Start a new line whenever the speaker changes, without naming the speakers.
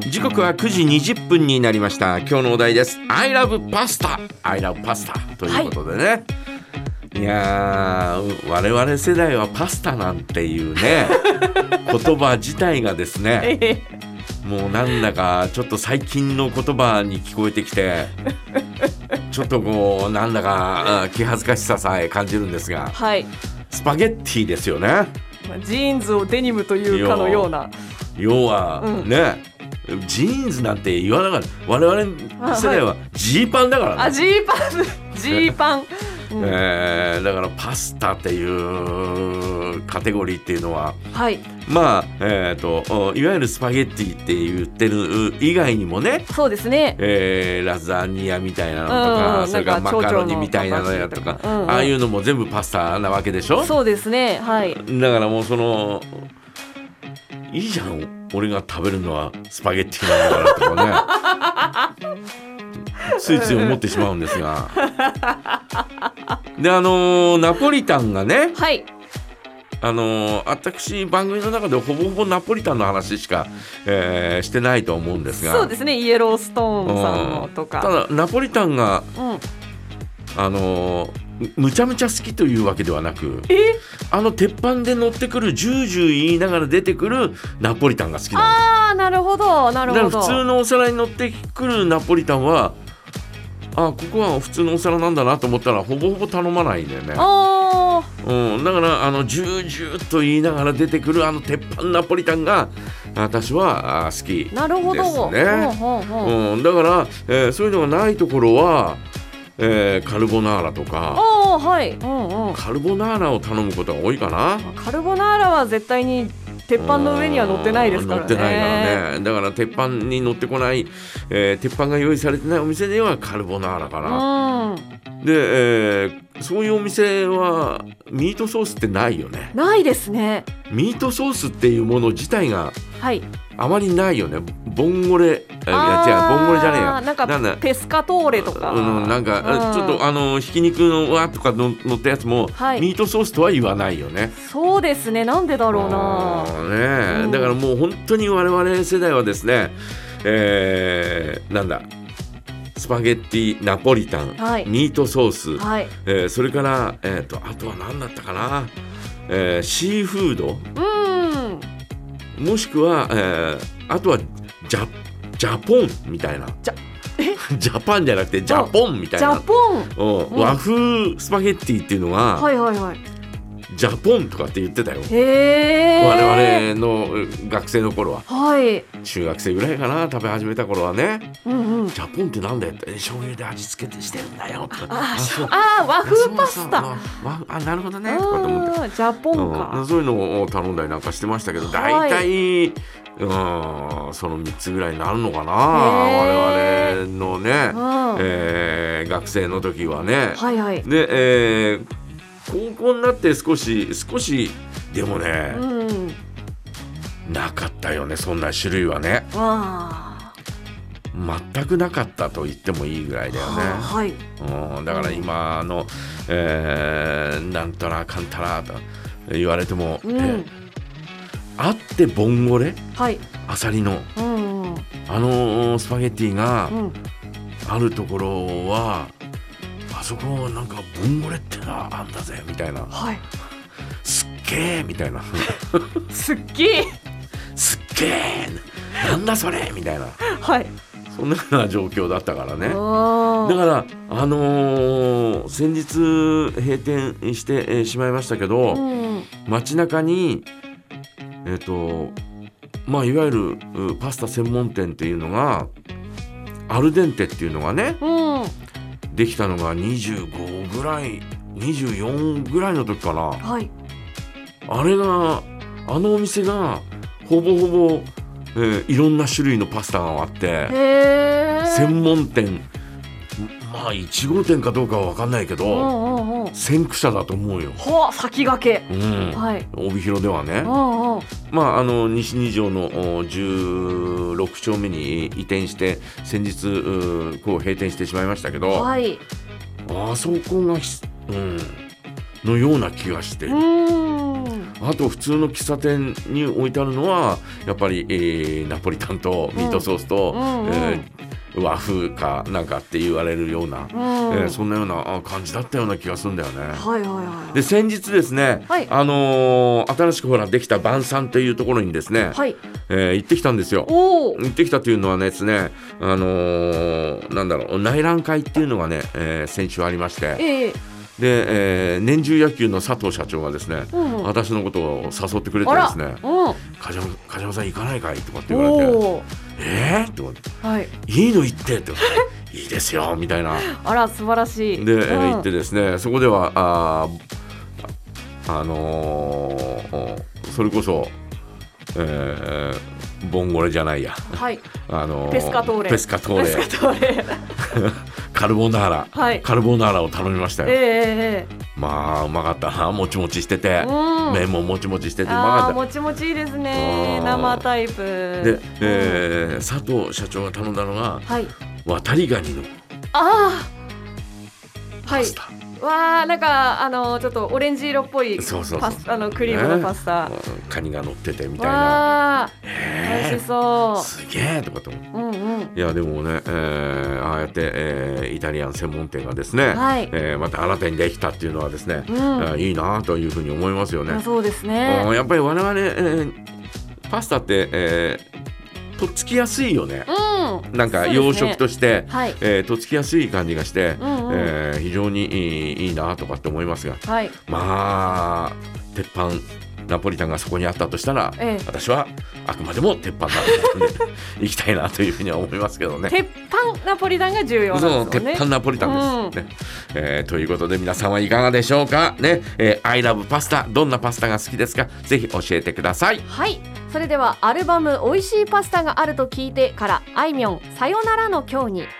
時刻は9時20分になりました今日のお題です I love pasta I love pasta ということでね、い、やー我々世代はパスタなんていうね言葉自体がですね
え
もうなんだかちょっと最近の言葉に聞こえてきてちょっとこうなんだかあ気恥ずかしささえ感じるんですが
はい、
スパゲッティですよね
まあジーンズをデニムというかのような
要は
うん
ね、ジーンズなんて言わなかった我々世代はジーパンだからね、
あジー パンジーパン、うん
えーだからパスタっていうカテゴリーっていうのは
はい
まあえっ、とおいわゆるスパゲッティって言ってる以外にもね
そうですね
えーラザニアみたいなのと
うん
か、
うん
それからマ
なんか
カロニ
蝶々の
みたいなのやとか、
マカロニとかうんうん
ああいうのも全部パスタなわけでしょ
そうですねはい
だからもうそのいいじゃん俺が食べるのはスパゲッティなんだからとかね ついつい思ってしまうんですがであのーナポリタンがね
はい
あのー私番組の中でほぼほぼナポリタンの話しか、えーしてないと思うんですが
そうですねイエローストーンさん
う
の
ん
と
た
か、
だナポリタンが
うん、
あのーむむちゃむちゃ好きというわけではなく
え
あの鉄板で乗ってくるジュージュー言いながら出てくるナポリタンが好きなんです
ああなるほどなる
だから
ほ
普
ど
通のお皿に乗ってくるナポリタンはあここは普通のお皿なんだなと思ったらほぼほぼ頼まないんだよね、
あ
うん、だからあのジュージューと言いながら出てくるあの鉄板ナポリタンが私はあ好き
ーなるほど
ですね
ほうほうほう
うん、だから、えーそういうのがないところは、えーカルボナーラとか
あーはいうんうん
カルボナーラを頼むことが多いかな。
カルボナーラは絶対に鉄板の上には乗ってないですからね
うん乗ってないからねだから鉄板に乗ってこない、えー鉄板が用意されてないお店ではカルボナーラかな、
うん
で、えーそういうお店はミートソースってないよね
ないですね
ミートソースっていうもの自体が
はい
あまりないよねボンゴレあいや違うボンゴレじゃねえや
なんか
なんだ
ペスカトーレとか、
うん、なんか、
うん
ちょっとあのひき肉のわーとかの乗ったやつも、
はい
ミートソースとは言わないよね。
そうですねなんでだろう
あ
な
ーねえ
うん
だからもう本当に我々世代はですね、えーなんだスパゲッティナポリタン、
はい
ミートソース、
はい
えーそれから、えー、とあとは何だったかな、えーシーフード
うん
もしくは、えーあとはジャジャポンみたいな
ジャ
ジャパンじゃなくてジャポンみたい
ジ
な
ャ。ポン
うん
うん
和風スパゲッティっていうのは、
はいはいはい
ジャポンとかって言ってたよ、
へえ
我々のうん学生の頃は
はい
中学生ぐらいかな食べ始めた頃はね
うんうん
ジャポンってなんだよって醤油で味付けてしてるんだよとか
あ
そう
あー和風パス
あそう
タ
そうああなるほど
う
ねとかと思って
んジャポン
うん、
か
そういうのを頼んだりなんかしてましたけど
は
大
い
体、うんその3つぐらいになるのかな
へ
我々のね
う、んは
えー学生の時はね。
いはい
で、えー高校になって少し少しでもね
う、ん
なかったよねそんな種類はね
わー
全くなかったと言ってもいいぐらいだよね、
はい
うん、だから今の、えーなんたらかんたらと言われても、
うん
えーあってボンゴレ
はい
アサリの
うんうん
あのスパゲッティが
うん
あるところは、あそこなんかボンゴレってのあんだぜみたいな
はい
すっげえみたいな。
すっげえ
すっげえなんだそれみたいな
はい
そんなような状況だったからねだ
あー
からあのー先日閉店してえーしまいましたけど、
うん
街中にえっ、とまあいわゆるうパスタ専門店っていうのがアルデンテっていうのがね
うん
できたのが25ぐらい24ぐらいの時かな
はい
あれがあのお店がほぼほぼ、えーいろんな種類のパスタがあって
へえ
専門店まあ1号店かどうかは分かんないけ
う
ど、
んうんうん
先駆者だと思うよ、
ほう先駆
う
け
ん、
はい
帯広ではね
う、んうん
まあ、あの西二条のお16丁目に移転して先日うこう閉店してしまいましたけど、
はい
あそこがひ、うん、のような気がして、
うーん
あと普通の喫茶店に置いてあるのはやっぱり、えーナポリタンとミートソースと、
うんうん
えー和風かなんかって言われるような、
うん
えーそんなようなあ感じだったような気がするんだよね。
はいはいはい
で先日ですね、
はい
あのー新しくほらできた晩餐というところにですね、
はい
えー行ってきたんですよ。
おお
行ってきたというのはねですね、あのーなんだろう内覧会っていうのがね、えー先週ありまして
ええ
で、えー年中野球の佐藤社長がですね、
うんうん
私のことを誘ってくれて
あ
で
ら
すね
うん
「梶山梶山さん行かないかい?」とかって言われて
おお
「えー?」って思って
はい
「いいの行って」って言われて「いいですよ」みたいな。
あら素晴らしい
で、え
うん
ー行ってですねそこではあーああのーそれこそ、えーボンゴレじゃないや。
はい
あのー
ペスカトーレ
ペスカトーレ
ペスカト ーレ
カルボナーラ、
はい
カルボナーラを頼みました
ええ
よ、
えええ
まあうまかったなもちもちしてて
え、うん
麺ももちもちしててう
あ
ま
あ
かっ
もちもちいいですね
うん
生タイプ
たで
で、
えー佐藤社長が頼んだのが
はい
渡りガニの
ああは
パ
い
スタ、
わあなんかあのちょっとオレンジ色っぽい
そうそうそう
パスあのクリームのパスタ、
ねうんカニが乗っててみたいな
わあ美
え
味しそ
ーすげえとかと思って
ううんうん
いやでもね、えーああやって、えーイタリアン専門店がですね、
はい
えーまた新たにできたっていうのはですね、
うん
あーいいなというふうに思いますよね
まあ。そうです
う
ね
んやっぱり我々、えーパスタって、えーとっつきやすいよね、
うん
なんか洋食と
して
して、
はい
えーとっつきやすい感じがして、
うんうん
えー非常にいいいいなとかって思いますが
はい
まあ鉄板ナポリタンがそこにあったとしたら、
ええ
私はあくまでも鉄板なんで行きたいなというふうには思いますけどね。
鉄板ナポリタンが重要
そ
な
うん
です
鉄
よね
板ナポリタンです、ねえーということで皆さんはいかがでしょうかね、えー、I love パスタどんなパスタが好きですかぜひ教えてください
はいそれではアルバム「美味しいパスタがあると聞いて」からあいみょん「さよならの今日に」